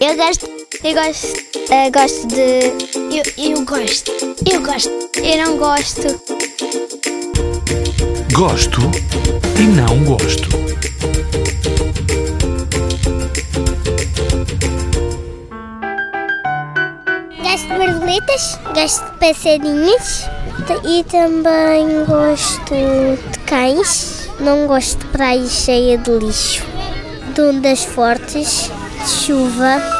Eu gosto. Eu gosto. Eu gosto de. Eu, eu gosto. Eu gosto. Eu não gosto. Gosto e não gosto. Gosto de borboletas. Gosto de passarinhos. E também gosto de cães. Não gosto de praia cheia de lixo, de ondas fortes, de chuva.